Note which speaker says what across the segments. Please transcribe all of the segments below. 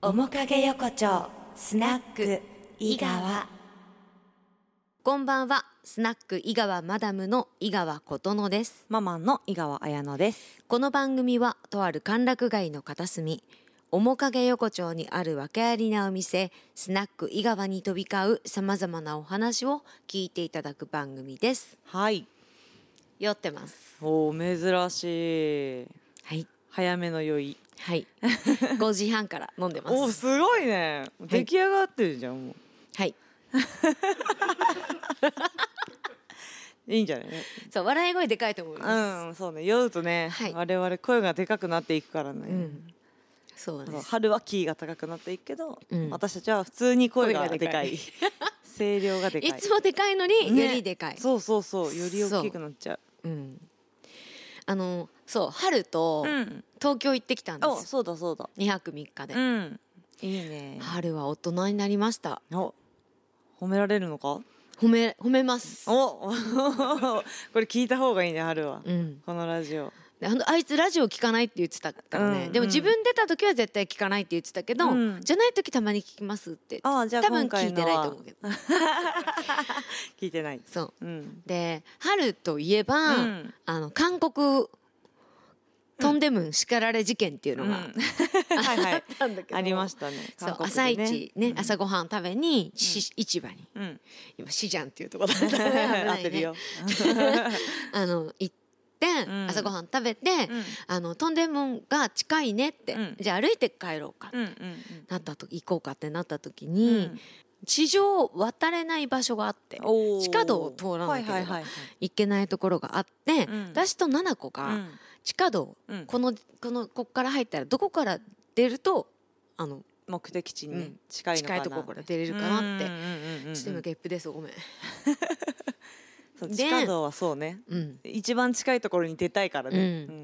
Speaker 1: 面影横丁スナック井川
Speaker 2: こんばんは。スナック井川マダムの井川琴乃です。
Speaker 1: ママの井川彩乃です
Speaker 2: この番組はとある歓楽街の片隅、面影横丁にある訳ありなお店、スナック井川に飛び交う様々なお話を聞いていただく番組です。
Speaker 1: はい
Speaker 2: 酔ってます。
Speaker 1: おお珍しい
Speaker 2: はい。
Speaker 1: 早めの酔い
Speaker 2: はい。5時半から飲んでま
Speaker 1: おー
Speaker 2: す。
Speaker 1: すごいね出来上がってるじゃんも
Speaker 2: はい。
Speaker 1: ういいんじゃないね
Speaker 2: そう、笑い声でかいと思います。
Speaker 1: うんそうね酔うとね、
Speaker 2: はい
Speaker 1: 我々声がでかくなっていくからね、
Speaker 2: うん。そうなん
Speaker 1: そう
Speaker 2: です。
Speaker 1: 春はキーが高くなっていくけど、
Speaker 2: うん
Speaker 1: 私たちは普通に声が
Speaker 2: 声が
Speaker 1: で
Speaker 2: で
Speaker 1: か
Speaker 2: か
Speaker 1: い
Speaker 2: い
Speaker 1: 声量がでかい
Speaker 2: いつもでかいのに、
Speaker 1: ね
Speaker 2: よりでかい。
Speaker 1: そうそうそうより大きくなっちゃ
Speaker 2: う
Speaker 1: う
Speaker 2: ん。あの、そう、春と、
Speaker 1: うん
Speaker 2: 東京行ってきたんで
Speaker 1: お
Speaker 2: す
Speaker 1: そうだそうだ
Speaker 2: 2泊3日で、
Speaker 1: うんいいね
Speaker 2: 春は大人になりました
Speaker 1: お褒められるのか
Speaker 2: 褒め褒めます
Speaker 1: お これ聞いた方がいいね春は、
Speaker 2: うん、
Speaker 1: このラジオ
Speaker 2: であのあいつラジオ聞かないって言ってたからね、
Speaker 1: うん
Speaker 2: でも自分出た時は絶対聞かないって言ってたけど、
Speaker 1: うん
Speaker 2: じゃない時たまに聞きますって
Speaker 1: ああじゃあ
Speaker 2: 多分
Speaker 1: 今
Speaker 2: 聞
Speaker 1: 回
Speaker 2: いて
Speaker 1: の
Speaker 2: ない
Speaker 1: は
Speaker 2: と思うけど
Speaker 1: 聞いてない
Speaker 2: そう
Speaker 1: うん
Speaker 2: で春といえば、
Speaker 1: うん
Speaker 2: あの韓国とんでむん叱られ事件っていう
Speaker 1: う
Speaker 2: の
Speaker 1: ん
Speaker 2: が、
Speaker 1: はいはい
Speaker 2: たんだけど
Speaker 1: ありましたね
Speaker 2: そう
Speaker 1: 韓国
Speaker 2: 朝
Speaker 1: でね
Speaker 2: 一ね、朝ごはん食べに、し市場に
Speaker 1: うん
Speaker 2: 今市場っていうところだ ったね危ないね
Speaker 1: 合ってるよ
Speaker 2: あの行って、
Speaker 1: ん
Speaker 2: 朝ごはん食べて、
Speaker 1: ん
Speaker 2: あのトンデモンが近いねって、
Speaker 1: うん
Speaker 2: じゃあ歩いて帰ろうか、
Speaker 1: うんうんうん
Speaker 2: なったと行こうかってなった時
Speaker 1: う
Speaker 2: に、
Speaker 1: ん
Speaker 2: 地上を渡れない場所があって
Speaker 1: おー
Speaker 2: 地下道を通らなければ
Speaker 1: はいはいはいはい
Speaker 2: けないところがあって、
Speaker 1: うん
Speaker 2: 私と奈々子
Speaker 1: い
Speaker 2: が地下道、
Speaker 1: うんうん
Speaker 2: このこのこっから入ったらどこから出るとあの
Speaker 1: 目的地に
Speaker 2: う
Speaker 1: ね
Speaker 2: ん
Speaker 1: 近いのか
Speaker 2: 近
Speaker 1: な、
Speaker 2: いところから出れるかなって
Speaker 1: うんうんうんうん
Speaker 2: ちょっと今ゲップですごめん。
Speaker 1: そう
Speaker 2: で
Speaker 1: 地下道はそうね
Speaker 2: うん、
Speaker 1: 一番近いところに出たいからね
Speaker 2: うん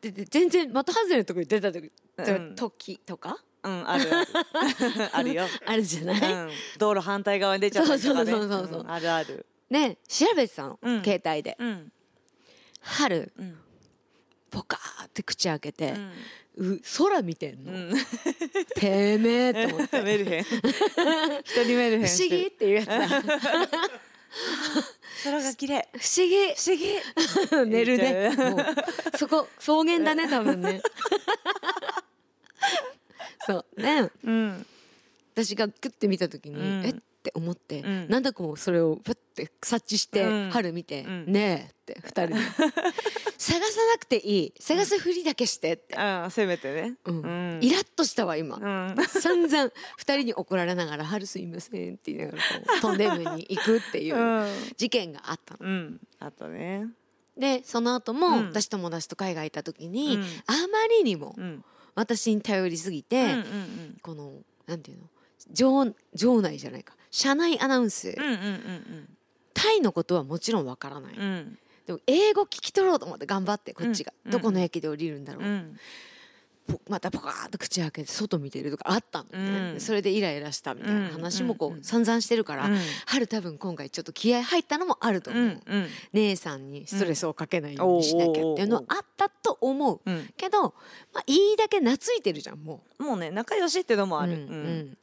Speaker 2: でで全然的外れのところに出た時,、
Speaker 1: うん
Speaker 2: 時とか
Speaker 1: うん、うんあるある あるよ、
Speaker 2: あるじゃな
Speaker 1: う
Speaker 2: い、
Speaker 1: ん、道路反対側に出ちゃったりとかね
Speaker 2: そうそうそうそうそう
Speaker 1: うんあるある
Speaker 2: ね調べてたの、
Speaker 1: うん
Speaker 2: 携帯で
Speaker 1: うん
Speaker 2: 春
Speaker 1: うん
Speaker 2: ポカーって口開けて
Speaker 1: う、ん
Speaker 2: う空見てんの、
Speaker 1: うん
Speaker 2: てめえと思って
Speaker 1: メルヘン人にメルヘン
Speaker 2: 不
Speaker 1: し
Speaker 2: 思
Speaker 1: て
Speaker 2: 議っていうやつだ 不
Speaker 1: 空が綺麗
Speaker 2: 思議
Speaker 1: 不思議
Speaker 2: 寝るね
Speaker 1: 寝ちゃう
Speaker 2: もうそこ草原だね多分 ねそうね
Speaker 1: うん
Speaker 2: 私がグッて見た時に、
Speaker 1: うん
Speaker 2: えって思って、
Speaker 1: うん
Speaker 2: なんだかもうそれをプッて察知して、
Speaker 1: うん
Speaker 2: 春見て、
Speaker 1: うん
Speaker 2: ねえって二人で 探さなくていい探すふりだけしてって、
Speaker 1: ああせめてね
Speaker 2: うん
Speaker 1: うん
Speaker 2: イラッとしたわ今、
Speaker 1: うん
Speaker 2: 散々二人に怒られながら「春すいません」って言いながらこうトンデムに行くっていううん事件があったの。
Speaker 1: うんあとね
Speaker 2: でその後
Speaker 1: う
Speaker 2: も
Speaker 1: ん
Speaker 2: 私友達と海外行った時に、
Speaker 1: うん
Speaker 2: あまりにも
Speaker 1: うん
Speaker 2: 私に頼りすぎ
Speaker 1: う
Speaker 2: て、
Speaker 1: んうん
Speaker 2: このなんていうの場場内じゃないか社内アナウンス、
Speaker 1: うんうんうん
Speaker 2: タイのことはもちろんわからない、
Speaker 1: うんうん
Speaker 2: でも英語聞き取ろうと思って頑張ってこっちが、
Speaker 1: うん
Speaker 2: どこの駅で降りるんだろう、
Speaker 1: うん
Speaker 2: ぽまたポカーッと口開けて外見てるとかあったのね、
Speaker 1: うん
Speaker 2: それでイライラしたみたいな話も
Speaker 1: うん
Speaker 2: こ
Speaker 1: うんう
Speaker 2: うん散々してるから、
Speaker 1: うん
Speaker 2: 春多分今回ちょっと気合入ったのもあると思う、
Speaker 1: うんうん
Speaker 2: 姉さんにストレスをかけないようにしなきゃっていうのはあったと思う
Speaker 1: うん
Speaker 2: けど、まあ、いいだけ懐いてるじゃんもう。
Speaker 1: もうね仲良しってのもある
Speaker 2: う
Speaker 1: うん
Speaker 2: うんん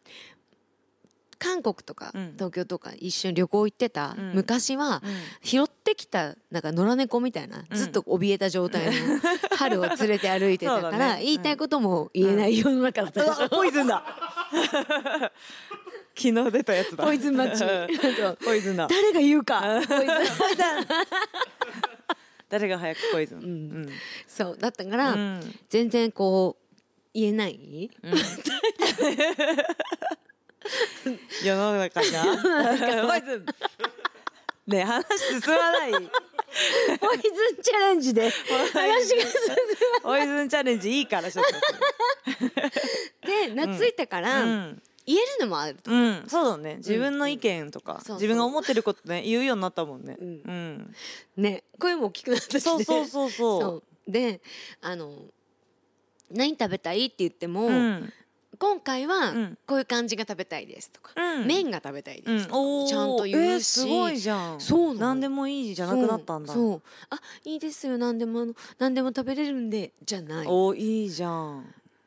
Speaker 2: 韓国とか
Speaker 1: うん
Speaker 2: 東京とか一緒に旅行行ってた
Speaker 1: うん
Speaker 2: 昔は拾ってきたなんか野良猫みたいな
Speaker 1: うん
Speaker 2: ずっと怯えた状 態の春を連れて歩いてたか
Speaker 1: そうだ
Speaker 2: ら
Speaker 1: ね
Speaker 2: 言いたいことも言えない世の中だったでし
Speaker 1: うわ
Speaker 2: ょ
Speaker 1: ポイズンだ 昨日出たやつだ
Speaker 2: ポイズンマ ッチ
Speaker 1: うんポイズンだ
Speaker 2: 誰が言うかこいつ
Speaker 1: 誰が早くポイズンうん
Speaker 2: そうだったか
Speaker 1: う
Speaker 2: ら
Speaker 1: ん
Speaker 2: 全然こう言えない
Speaker 1: 世の中じゃポイズンねえ話進まない
Speaker 2: ポイズンチャレンジで話が進
Speaker 1: ポイズンチャレンジいいからちょっ
Speaker 2: で懐いたか
Speaker 1: と
Speaker 2: ら
Speaker 1: うん
Speaker 2: 言えるのもあると
Speaker 1: うんそうだね自分の意見と
Speaker 2: そ
Speaker 1: か
Speaker 2: うそう
Speaker 1: 自分が思ってることね言うようになったもんね
Speaker 2: う
Speaker 1: うんん
Speaker 2: ね声も大きくなったし
Speaker 1: そう
Speaker 2: ね
Speaker 1: そうそうそ
Speaker 2: そうであの何食べたいって言っても、
Speaker 1: ううん
Speaker 2: 今回は
Speaker 1: うん
Speaker 2: こういう感じが食べたいですとか、
Speaker 1: うん
Speaker 2: 麺が食べたいですとか、
Speaker 1: おー
Speaker 2: ちゃんと言
Speaker 1: え
Speaker 2: う
Speaker 1: ー
Speaker 2: し、
Speaker 1: すごいじゃん
Speaker 2: そうなの
Speaker 1: 何でもいいじゃなくなったんだ
Speaker 2: そうそうあいいですよ何でもあの何でも食べれるんでじゃない
Speaker 1: おいいじゃん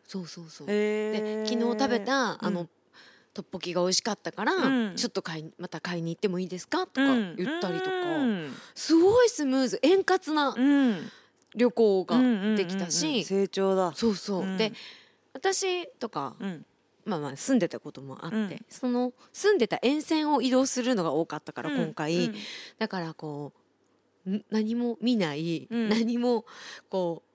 Speaker 2: そうそうそう
Speaker 1: へ
Speaker 2: で
Speaker 1: ー
Speaker 2: 昨日食べたあの、
Speaker 1: うん
Speaker 2: トッポキが美味しかったから、
Speaker 1: うん
Speaker 2: ちょっと買いまた買いに行ってもいいですかとか
Speaker 1: うん
Speaker 2: 言ったりとか、
Speaker 1: うん
Speaker 2: すごいスムーズ円滑な
Speaker 1: うん
Speaker 2: 旅行
Speaker 1: うんうんうんう
Speaker 2: が
Speaker 1: ん
Speaker 2: できたし、
Speaker 1: 成長だ
Speaker 2: そうそう、
Speaker 1: うん
Speaker 2: で私とか、
Speaker 1: うん
Speaker 2: まあ、まあ住んでたこともあって、
Speaker 1: うん
Speaker 2: その住んでた沿線を移動するのが多かったから、今回、
Speaker 1: うん
Speaker 2: だからこうん何も見ない、
Speaker 1: うん
Speaker 2: 何もこう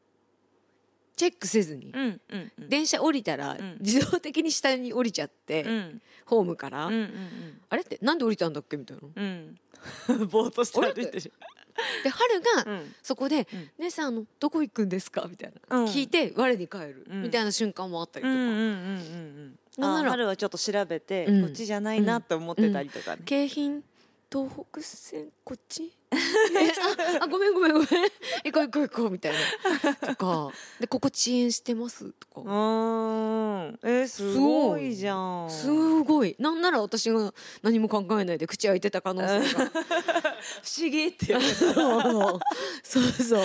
Speaker 2: チェックせずに、
Speaker 1: うんうんうん
Speaker 2: 電車降りたら
Speaker 1: うん
Speaker 2: 自動的に下に降りちゃって、
Speaker 1: うん
Speaker 2: ホームから、
Speaker 1: うんうん
Speaker 2: あれってなんで降りたんだっけみたいな。
Speaker 1: うん ぼーっとして歩いてる
Speaker 2: で春が
Speaker 1: うん
Speaker 2: そこで
Speaker 1: うん
Speaker 2: 「姉さんあのどこ行くんですか?」みたいな、
Speaker 1: うん
Speaker 2: 聞いて我に返る、
Speaker 1: うん
Speaker 2: みたいな瞬間もあったり
Speaker 1: う
Speaker 2: と
Speaker 1: ん
Speaker 2: か、
Speaker 1: うんうんうん
Speaker 2: なんな
Speaker 1: あ
Speaker 2: ら
Speaker 1: 春はちょっと調べて
Speaker 2: うん
Speaker 1: こっちじゃないなって思ってたりとかね
Speaker 2: 京浜東北線こっ ちえああごめんごめんご めん行こう行こう行こうみたいなとかでここ遅延してますと
Speaker 1: う
Speaker 2: か
Speaker 1: ーんえーすごいじゃん
Speaker 2: すごいなんなら私が何も考えないで口開いてた可能性が
Speaker 1: 不思議って
Speaker 2: そう そうそう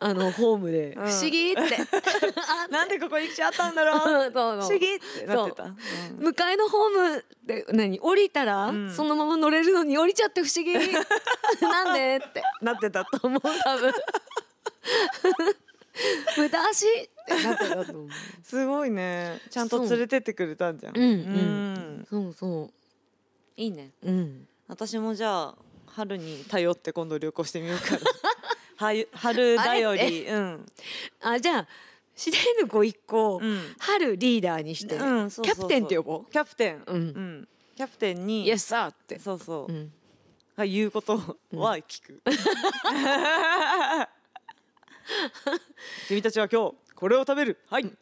Speaker 2: あのホームで、
Speaker 1: うん
Speaker 2: 不思 議って
Speaker 1: なんでここに来ちゃったんだ
Speaker 2: あ
Speaker 1: ろう
Speaker 2: そうそう
Speaker 1: 不思議ってなってたうん
Speaker 2: 向かいのホームで何降りたら、
Speaker 1: うん
Speaker 2: そのまま乗れるのに降りちゃって不 思議なんでって
Speaker 1: なってたと
Speaker 2: 思う多分 無駄足ってなってたと思う
Speaker 1: すごいねちゃんと連れてってくれたんじゃん
Speaker 2: うんうん
Speaker 1: う
Speaker 2: そう
Speaker 1: ん
Speaker 2: そういいねうん
Speaker 1: 私もじゃあ春に頼って今度旅行してみよう かなはゆ春頼
Speaker 2: あ
Speaker 1: りうん
Speaker 2: あじゃあ自然の子一個、
Speaker 1: うん
Speaker 2: 春リーダーにして、
Speaker 1: うんそう
Speaker 2: キ
Speaker 1: そう
Speaker 2: ャ
Speaker 1: そう
Speaker 2: プテンって呼ぼ
Speaker 1: キャプテン
Speaker 2: うん
Speaker 1: んキャプテン
Speaker 2: う
Speaker 1: に
Speaker 2: イエスサーって、、
Speaker 1: そうそううんが言うことは聞く 君たちは今日これを食べるはい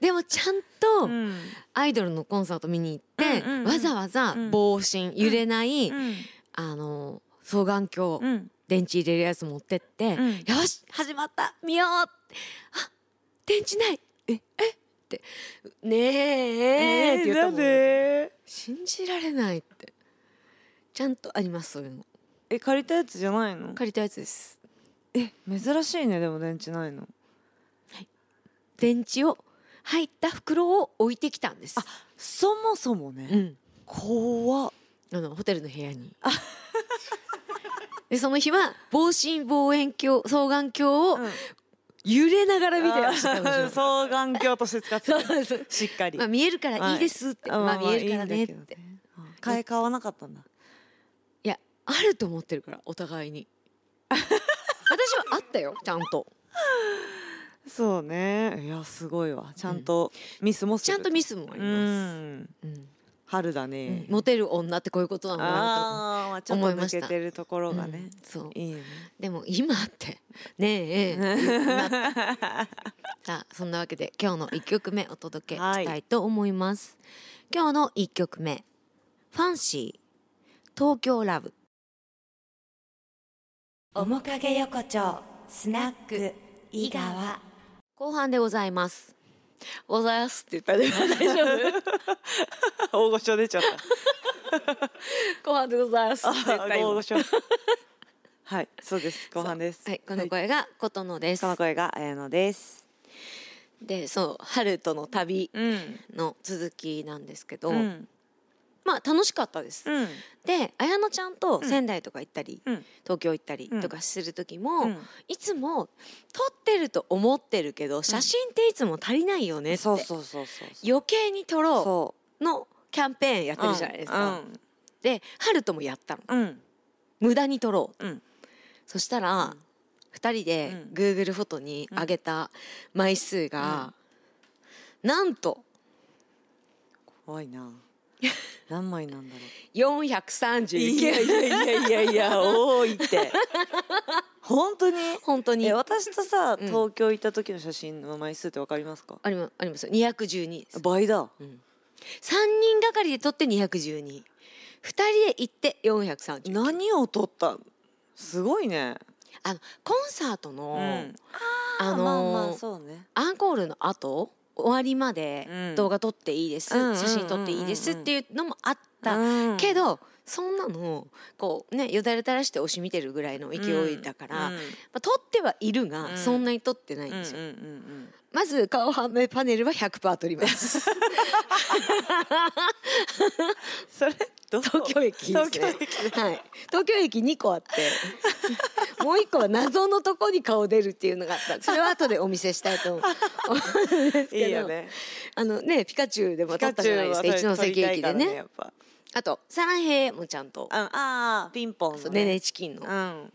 Speaker 2: でもちゃん
Speaker 1: う
Speaker 2: と
Speaker 1: ん
Speaker 2: アイドルのコンサート見に行って、
Speaker 1: うんうんうん
Speaker 2: わざわざ
Speaker 1: うん
Speaker 2: 防振揺れない、
Speaker 1: うん
Speaker 2: あの双眼鏡、
Speaker 1: うん
Speaker 2: 電池入れるやつ持ってって、
Speaker 1: うん
Speaker 2: よし始まった見ようあ電池ないええってねえって言った
Speaker 1: な
Speaker 2: も
Speaker 1: ん
Speaker 2: ん、
Speaker 1: で
Speaker 2: 信じられないってちゃんとありますそういうの
Speaker 1: え借りたやつじゃないの
Speaker 2: 借りたやつです
Speaker 1: え珍しいねでも電池ないの
Speaker 2: 電池を入った袋を置いてきたんです
Speaker 1: あそもそも
Speaker 2: う
Speaker 1: ね
Speaker 2: ん
Speaker 1: 怖っ
Speaker 2: あのホテルの部屋にでその日は防振望遠鏡双眼鏡を
Speaker 1: うん
Speaker 2: 揺れながら見てました、彼女は
Speaker 1: 双眼鏡として使って
Speaker 2: そう
Speaker 1: た
Speaker 2: そうそう
Speaker 1: しっかり
Speaker 2: まあ、見えるからいいですって、まあ、見えるからねって
Speaker 1: いいんだけどあ買い買わなかったんだ
Speaker 2: いやあると思ってるからお互いに私はあったよちゃんと
Speaker 1: そうねいやすごいわちゃんとミスもす
Speaker 2: ちゃ
Speaker 1: る
Speaker 2: んとミスもあります、
Speaker 1: うん
Speaker 2: うん
Speaker 1: 春だ
Speaker 2: う
Speaker 1: ね
Speaker 2: んモテる女ってこういうことなんだな
Speaker 1: あーまあちょっと
Speaker 2: 思いま
Speaker 1: 抜
Speaker 2: した
Speaker 1: けてるとことろ
Speaker 2: か
Speaker 1: がね
Speaker 2: うんそう
Speaker 1: いいよね
Speaker 2: でも今って ねえなったさあそんなわけで今日の1曲目お届けしたいと思います、今日の1曲目「ファンシー東京ラブ
Speaker 3: 面影横丁スナック井川」
Speaker 2: 後半でございます「ございます」って言ったら大丈夫
Speaker 1: 大御所出ちゃった
Speaker 2: 後半でございますって言った
Speaker 1: 大
Speaker 2: 今
Speaker 1: 御所はいそうです後半です
Speaker 2: はいこの声が琴野です、
Speaker 1: この声が綾乃です
Speaker 2: でそう春との旅
Speaker 1: うん
Speaker 2: の続きなんですけど、
Speaker 1: うん
Speaker 2: まあ楽しかったです、
Speaker 1: うん
Speaker 2: で綾乃ちゃんと仙台とか行ったり、
Speaker 1: うん
Speaker 2: 東京行ったり
Speaker 1: うん
Speaker 2: とかする時も、
Speaker 1: うん
Speaker 2: いつも撮ってると思ってるけど写真っていつも足りないよねって、
Speaker 1: そうそうそうそう
Speaker 2: 余計に撮ろ
Speaker 1: そう
Speaker 2: のキャンペーンやってるじゃないですか、で春ともやったの
Speaker 1: うんうん
Speaker 2: 無駄に撮ろう
Speaker 1: うん
Speaker 2: そしたら、二人で
Speaker 1: うん
Speaker 2: Google フォトに上げた枚数が、なんと
Speaker 1: 怖いな何枚なんだろういや
Speaker 2: 439
Speaker 1: いやいやいやいや多い って本当に
Speaker 2: 本当に
Speaker 1: え
Speaker 2: あ
Speaker 1: 私とさ
Speaker 2: うん
Speaker 1: 東京行った時の写真の枚数ってわかりますか
Speaker 2: りまありますよ212です
Speaker 1: 倍だ
Speaker 2: 3人がかりで撮って2122人で行って430
Speaker 1: 何を撮ったんすごいね
Speaker 2: あのコンサートの、
Speaker 1: うん
Speaker 2: あのー
Speaker 1: まあまあそうね
Speaker 2: アンコールの後終わりまで
Speaker 1: うん
Speaker 2: 動画撮っていいです、
Speaker 1: うん
Speaker 2: 写真撮っていいですっていうのもあった、
Speaker 1: うん
Speaker 2: けどそんなのこうねよだれ垂らして推し見てるぐらいの勢いだから、
Speaker 1: うん
Speaker 2: まあ、取ってはいるが、
Speaker 1: うん
Speaker 2: そんなに取ってないん
Speaker 1: うんうん
Speaker 2: ですよ、
Speaker 1: うん
Speaker 2: まず顔はめパネルは100%取ります
Speaker 1: それどこ
Speaker 2: 東京駅ですね
Speaker 1: 東京駅
Speaker 2: はい、東京駅2個あ ってもう1個は謎のとこに顔出るっていうのがあったそれは後でお見せしたいと思うんですけど
Speaker 1: いいよね
Speaker 2: あのねピカチュウでも
Speaker 1: ピ
Speaker 2: 撮っ
Speaker 1: カ
Speaker 2: た
Speaker 1: チ
Speaker 2: じゃな
Speaker 1: ュ
Speaker 2: い
Speaker 1: ウ
Speaker 2: ですか
Speaker 1: は
Speaker 2: 一ノ関駅で
Speaker 1: それ撮りたいから
Speaker 2: ね
Speaker 1: やっぱ
Speaker 2: あとサランヘもちゃんと
Speaker 1: ああーピンポン
Speaker 2: そ
Speaker 1: の
Speaker 2: うねねチキンの
Speaker 1: うん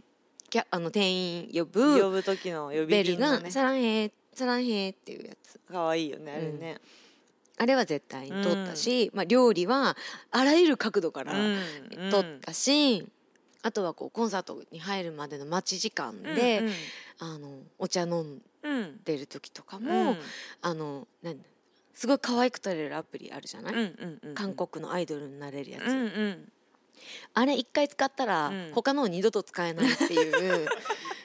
Speaker 2: キャあの店員呼
Speaker 1: 呼
Speaker 2: ぶ
Speaker 1: ぶ時の呼び
Speaker 2: ベル
Speaker 1: 鈴の
Speaker 2: が「
Speaker 1: ね
Speaker 2: サランヘサランヘ」っていうやつ
Speaker 1: 可愛いよねあれね
Speaker 2: あれは絶対に撮ったし、まあ、料理はあらゆる角度から
Speaker 1: うん
Speaker 2: 撮ったし、あとはこうコンサートに入るまでの待ち時間で、あのお茶飲ん
Speaker 1: うんうん
Speaker 2: でる時とか
Speaker 1: うん
Speaker 2: も、あのなんすごい可愛く撮れるアプリあるじゃない、
Speaker 1: うんうんうん
Speaker 2: 韓国のアイドルになれるやつ、
Speaker 1: うんうん
Speaker 2: あれ一回使ったら、
Speaker 1: うん
Speaker 2: 他のを二度と使えないっていう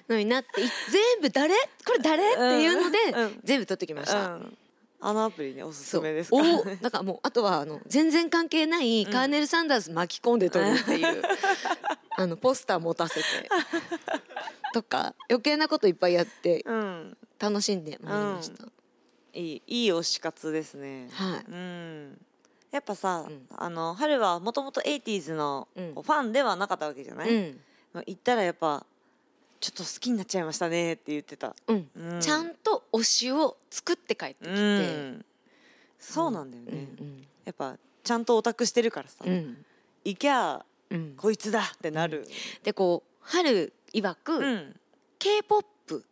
Speaker 2: のになってい全部誰これ誰っていうので、
Speaker 1: うんうん
Speaker 2: 全部撮ってきました。
Speaker 1: うんあのアプリねおすす
Speaker 2: そう
Speaker 1: めですから
Speaker 2: お
Speaker 1: ね
Speaker 2: だからもうあとはあの全然関係ないカーネル・サンダース巻き込んで撮るっていう、 あのポスター持たせてとか余計なこといっぱいやって
Speaker 1: うん
Speaker 2: 楽しんでまいりました、
Speaker 1: いいいい推し活ですね
Speaker 2: はい
Speaker 1: うんやっぱさ、
Speaker 2: うん
Speaker 1: あの春はもともと 80s の
Speaker 2: う
Speaker 1: フ
Speaker 2: ん
Speaker 1: ァンではなかったわけじゃない、
Speaker 2: うん
Speaker 1: 行ったらやっぱちょっと好きになっちゃいましたねって言ってた、
Speaker 2: うん
Speaker 1: うん
Speaker 2: ちゃんと推しを作って帰ってきて、う
Speaker 1: う
Speaker 2: ん
Speaker 1: ん、そうなんだよね、
Speaker 2: うん
Speaker 1: やっぱちゃんとオタクしてるからさ、
Speaker 2: うん
Speaker 1: 行きゃ
Speaker 2: うん
Speaker 1: こいつだってなる、
Speaker 2: でこう春曰く、
Speaker 1: うん
Speaker 2: k p o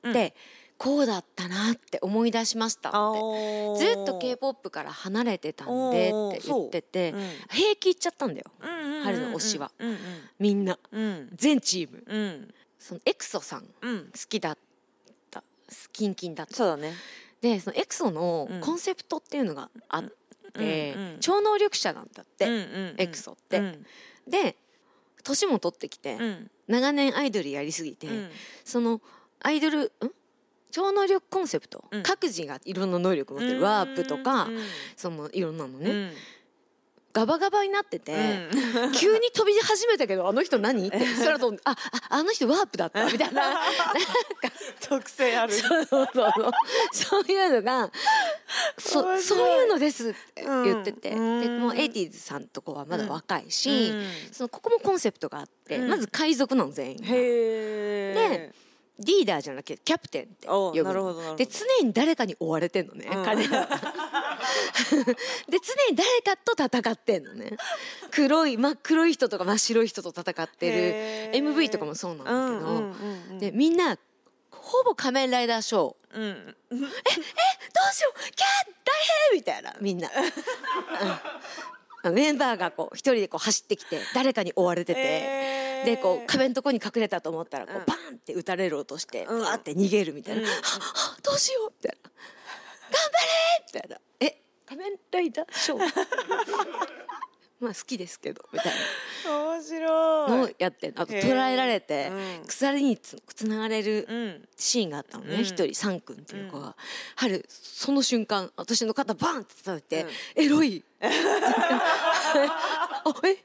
Speaker 2: p ってこうだったなって思い出しました
Speaker 1: あ
Speaker 2: って
Speaker 1: ー
Speaker 2: ずっと k p o p から離れてたんで
Speaker 1: おー
Speaker 2: って言ってて
Speaker 1: そううん
Speaker 2: 平気言っちゃったんだよ
Speaker 1: うんうんうんうん
Speaker 2: 春の推しは
Speaker 1: うん
Speaker 2: みんな
Speaker 1: うんうん
Speaker 2: 全チーム
Speaker 1: うん
Speaker 2: そのエクソさん好
Speaker 1: うん
Speaker 2: きだったキンキンだった
Speaker 1: そうだね
Speaker 2: でそのエクソの
Speaker 1: うん
Speaker 2: コンセプトっていうのがあって、
Speaker 1: うんうん
Speaker 2: 超能力者なんだって、
Speaker 1: うんうんうん
Speaker 2: エクソって
Speaker 1: うん
Speaker 2: で年も取ってきて、
Speaker 1: うん
Speaker 2: 長年アイドルやりすぎて、
Speaker 1: うん
Speaker 2: そのアイドルん超能力コンセプト、
Speaker 1: うん
Speaker 2: 各自がいろんな能力持ってるワープとか、
Speaker 1: うんうん
Speaker 2: そのいろんなのね、
Speaker 1: うん
Speaker 2: ガバガバになってて、
Speaker 1: うん
Speaker 2: 急に飛び始めたけどあの人何ってそれとあああの人ワープだったみたい な
Speaker 1: 特性 ある
Speaker 2: そうそうそうそういうのがそ
Speaker 1: 面白い
Speaker 2: そういうのですって言ってて、
Speaker 1: うん
Speaker 2: で
Speaker 1: うん
Speaker 2: もうエイティーズさんとこはまだ若いし、
Speaker 1: うん
Speaker 2: そのここもコンセプトがあって、
Speaker 1: うん
Speaker 2: まず海賊なの全員が
Speaker 1: へえ
Speaker 2: でリーダーじゃなきゃキャプテンって呼ぶ
Speaker 1: おうなるほどなる
Speaker 2: の
Speaker 1: ほど
Speaker 2: で常に誰かに追われてんのね、
Speaker 1: うん
Speaker 2: 彼らはで常に誰かと戦ってんのね黒い真っ黒い人とか真っ白い人と戦って
Speaker 1: へ
Speaker 2: る
Speaker 1: ー
Speaker 2: MV とかもそうなんだけど、
Speaker 1: うんうんうんうん
Speaker 2: でみんなほぼ仮面ライダーショーど
Speaker 1: うん
Speaker 2: うしようキャー大変みたいなみんな、うんメンバーがこう一人でこう走ってきて誰かに追われてて。
Speaker 1: へー
Speaker 2: でこう壁のとこに隠れたと思ったらこ
Speaker 1: う
Speaker 2: うんバーンって撃たれる音してバ
Speaker 1: うん
Speaker 2: ーって逃げるみたいな「
Speaker 1: うん
Speaker 2: はっはっどうしよう」みたいな「頑張れ!」みたいな「え仮面ライダー ショー」まあ好きですけどみたい
Speaker 1: 面
Speaker 2: なの
Speaker 1: 白
Speaker 2: を
Speaker 1: い
Speaker 2: やってあと
Speaker 1: へー
Speaker 2: 捕らえられて
Speaker 1: うん
Speaker 2: 鎖につつながれる
Speaker 1: うん
Speaker 2: シーンがあったの
Speaker 1: う
Speaker 2: ね
Speaker 1: ん
Speaker 2: 一人サン君っていう子が春その瞬間私の肩バーンって叩いて
Speaker 1: うん
Speaker 2: 「エロい!」 あええ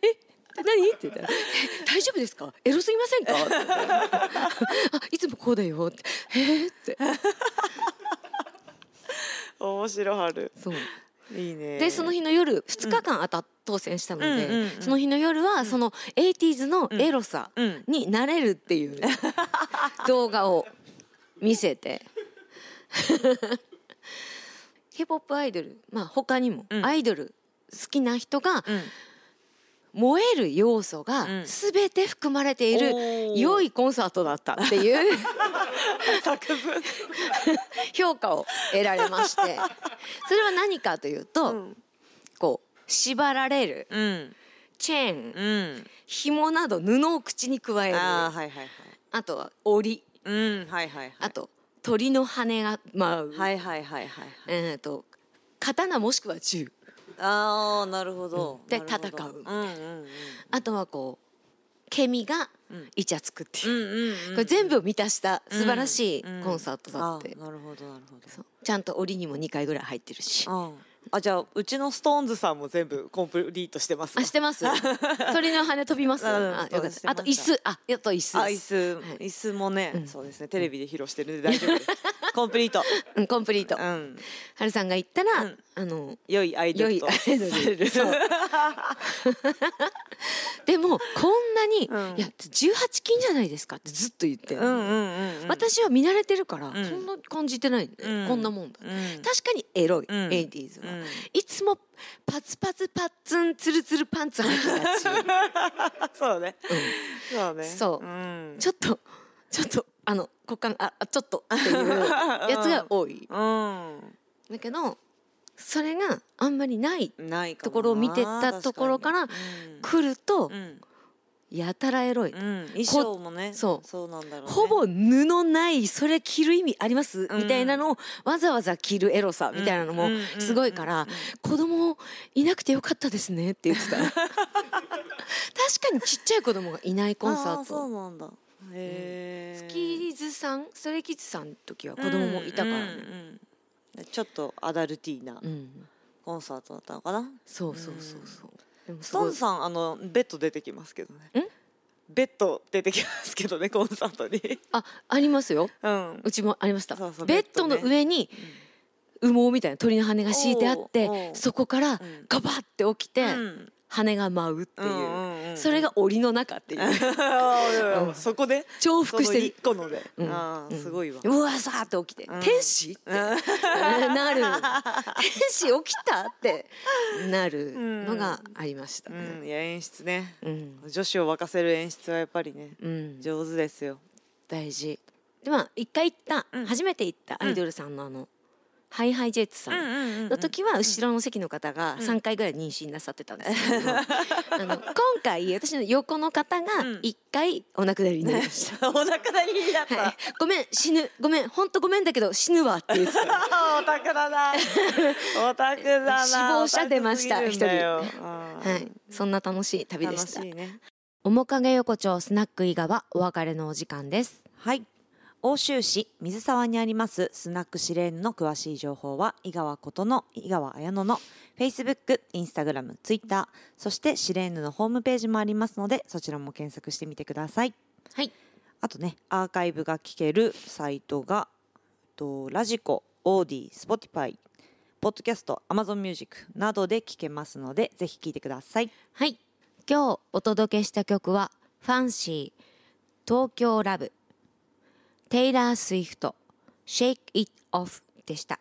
Speaker 2: 何って言ったらえ「大丈夫ですかエロすぎませんか?」って言ったらあいつもこうだよ」って「えっ?」って
Speaker 1: 面白い春
Speaker 2: そう
Speaker 1: いいね
Speaker 2: でその日の夜2日間当たっ当選したので、
Speaker 1: うんうんうん
Speaker 2: その日の夜はその 80s のエロさ
Speaker 1: うん
Speaker 2: になれるって いう動画を見せ て k p o p アイドルまあ他にも
Speaker 1: うん
Speaker 2: アイドル好きな人が
Speaker 1: うん
Speaker 2: 燃える要素が
Speaker 1: うん
Speaker 2: 全て含まれてい
Speaker 1: お
Speaker 2: る
Speaker 1: ー
Speaker 2: 良いコンサートだったっていう
Speaker 1: 作文
Speaker 2: 評価を得られましてそれは何かというと、
Speaker 1: うん
Speaker 2: こう縛られる
Speaker 1: うん
Speaker 2: チェーン
Speaker 1: うん
Speaker 2: 紐など布を口に加える
Speaker 1: ああ
Speaker 2: あ
Speaker 1: はいはいはい
Speaker 2: とは檻
Speaker 1: うんはいはいはい
Speaker 2: あと鳥の羽が舞う、
Speaker 1: はいはいはいはい
Speaker 2: えー、と刀もしくは銃
Speaker 1: ああなるほど
Speaker 2: で
Speaker 1: なるほど
Speaker 2: 戦うん
Speaker 1: うん
Speaker 2: あとはこうケミが
Speaker 1: ん
Speaker 2: イチャつくっていうう、
Speaker 1: んうんうん
Speaker 2: これ全部を満たした素晴らしい
Speaker 1: うん
Speaker 2: コンサートだって、
Speaker 1: あーなるほどなるほど
Speaker 2: そうちゃんと檻にも2回ぐらい入ってるし
Speaker 1: ああじゃあうちのストーンズさんも全部コンプリートしてます
Speaker 2: あして ます。鳥の羽飛びます。
Speaker 1: うん
Speaker 2: あよかっ
Speaker 1: して
Speaker 2: た。あ
Speaker 1: ました
Speaker 2: と椅子。あやっと椅子
Speaker 1: あ
Speaker 2: で
Speaker 1: 椅
Speaker 2: す。
Speaker 1: 子、
Speaker 2: はい
Speaker 1: 椅子もね、そうですねテレビで披露してるんで大 丈夫ですコンプリート
Speaker 2: うんコンプリート。
Speaker 1: う
Speaker 2: は
Speaker 1: ん
Speaker 2: るさんが言ったら、
Speaker 1: うん
Speaker 2: あの
Speaker 1: 良いアイドルと
Speaker 2: 良いアイドル
Speaker 1: される
Speaker 2: そう でもこんなに、
Speaker 1: うん
Speaker 2: いや18金じゃないですかってずっと言って、
Speaker 1: うんうんうんうん
Speaker 2: 私は見慣れてるから、
Speaker 1: ん
Speaker 2: そんな感じてない、ね
Speaker 1: うん
Speaker 2: こんなもんだ、
Speaker 1: うん
Speaker 2: 確かにエロい、
Speaker 1: うん
Speaker 2: 80s は、
Speaker 1: うん
Speaker 2: いつもパツパツパッツンツルツルパンツ履いてたし
Speaker 1: そうね、そうね
Speaker 2: そう
Speaker 1: うん、
Speaker 2: ちょっとちょっとあの股間ああちょっとっていうやつが多い
Speaker 1: うん
Speaker 2: だけどそれがあんまりない
Speaker 1: ないかも
Speaker 2: と
Speaker 1: な
Speaker 2: ころを見てたところから
Speaker 1: 確か
Speaker 2: 来ると
Speaker 1: にうん
Speaker 2: やたらエロい、
Speaker 1: うんうん衣装もね
Speaker 2: そう
Speaker 1: そうなんだろうね
Speaker 2: ほぼ布ないそれ着る意味あります、
Speaker 1: うん
Speaker 2: みたいなのをわざわざ着るエロさみたいなのも
Speaker 1: うんうん
Speaker 2: すごいから、子供いなくてよかったですねって言って た確かにちっちゃい子供がいないコンサ
Speaker 1: あ
Speaker 2: ー
Speaker 1: そ
Speaker 2: ト
Speaker 1: うなんだへえ
Speaker 2: スキーズさんストレイキッズさんの時は子供もいたからね、
Speaker 1: うんうんうんちょっとアダルティーな
Speaker 2: うん
Speaker 1: コンサートだったのかな
Speaker 2: そうそうそうそうでも
Speaker 1: ス
Speaker 2: す
Speaker 1: トー
Speaker 2: ごい
Speaker 1: ンさんあのベッド出てきますけどね
Speaker 2: ん
Speaker 1: ベッド出てきますけどねコンサートに
Speaker 2: あありますよ
Speaker 1: うん
Speaker 2: うちもありました
Speaker 1: そうそう
Speaker 2: ベッドの
Speaker 1: ベッド
Speaker 2: 上に羽毛みたいな鳥の羽が敷いてあっ
Speaker 1: おうお
Speaker 2: て
Speaker 1: う
Speaker 2: そこから
Speaker 1: ん
Speaker 2: ガバって起きて、
Speaker 1: うん
Speaker 2: 羽が舞うっていう,、
Speaker 1: うんうんうん
Speaker 2: それが檻の中っていう
Speaker 1: あーいやいやそこで
Speaker 2: 重複してる
Speaker 1: その一個ので
Speaker 2: うん
Speaker 1: あーすごいわ
Speaker 2: うわさーって起きて、
Speaker 1: ん
Speaker 2: 天使って なる天使起きたってなるのがありました
Speaker 1: う
Speaker 2: ね
Speaker 1: んいや演出ね
Speaker 2: うん、
Speaker 1: 女子を沸かせる演出はやっぱりね
Speaker 2: うん
Speaker 1: 上手ですよ
Speaker 2: 大事でまあ一回行った、
Speaker 1: ん
Speaker 2: 初めて行ったアイドルさんのあの、ハイハイジェッツさん、の時は後ろの席の方が3回ぐらい妊娠なさってたんですけど、 あの今回私の横の方が
Speaker 1: うん
Speaker 2: 1回お亡くなりになりました。
Speaker 1: お亡くなりにな
Speaker 2: は
Speaker 1: った
Speaker 2: い、ごめん死ぬごめん本当ごめんだけど死ぬわって言ってた
Speaker 1: オタクだ なオタクだな
Speaker 2: 死亡者出ました
Speaker 1: オタクすぎるんだよあー
Speaker 2: はい、そんな楽しい旅で
Speaker 1: 楽
Speaker 2: した
Speaker 1: しいね
Speaker 2: 面影横丁スナック伊賀はお別れのお時間です
Speaker 1: はい欧州市水沢にありますスナックシレーヌの詳しい情報は井川ことの井川綾乃の Facebook、Instagram、Twitter そしてシレーヌのホームページもありますのでそちらも検索してみてください
Speaker 2: はい
Speaker 1: あとねアーカイブが聞けるサイトがえっとラジコオーディスポティファイポッドキャストアマゾンミュージックなどで聞けますのでぜひ聞いてください
Speaker 2: はい今日お届けした曲はファンシー東京ラブテイラー・スウィフト Shake It Off でした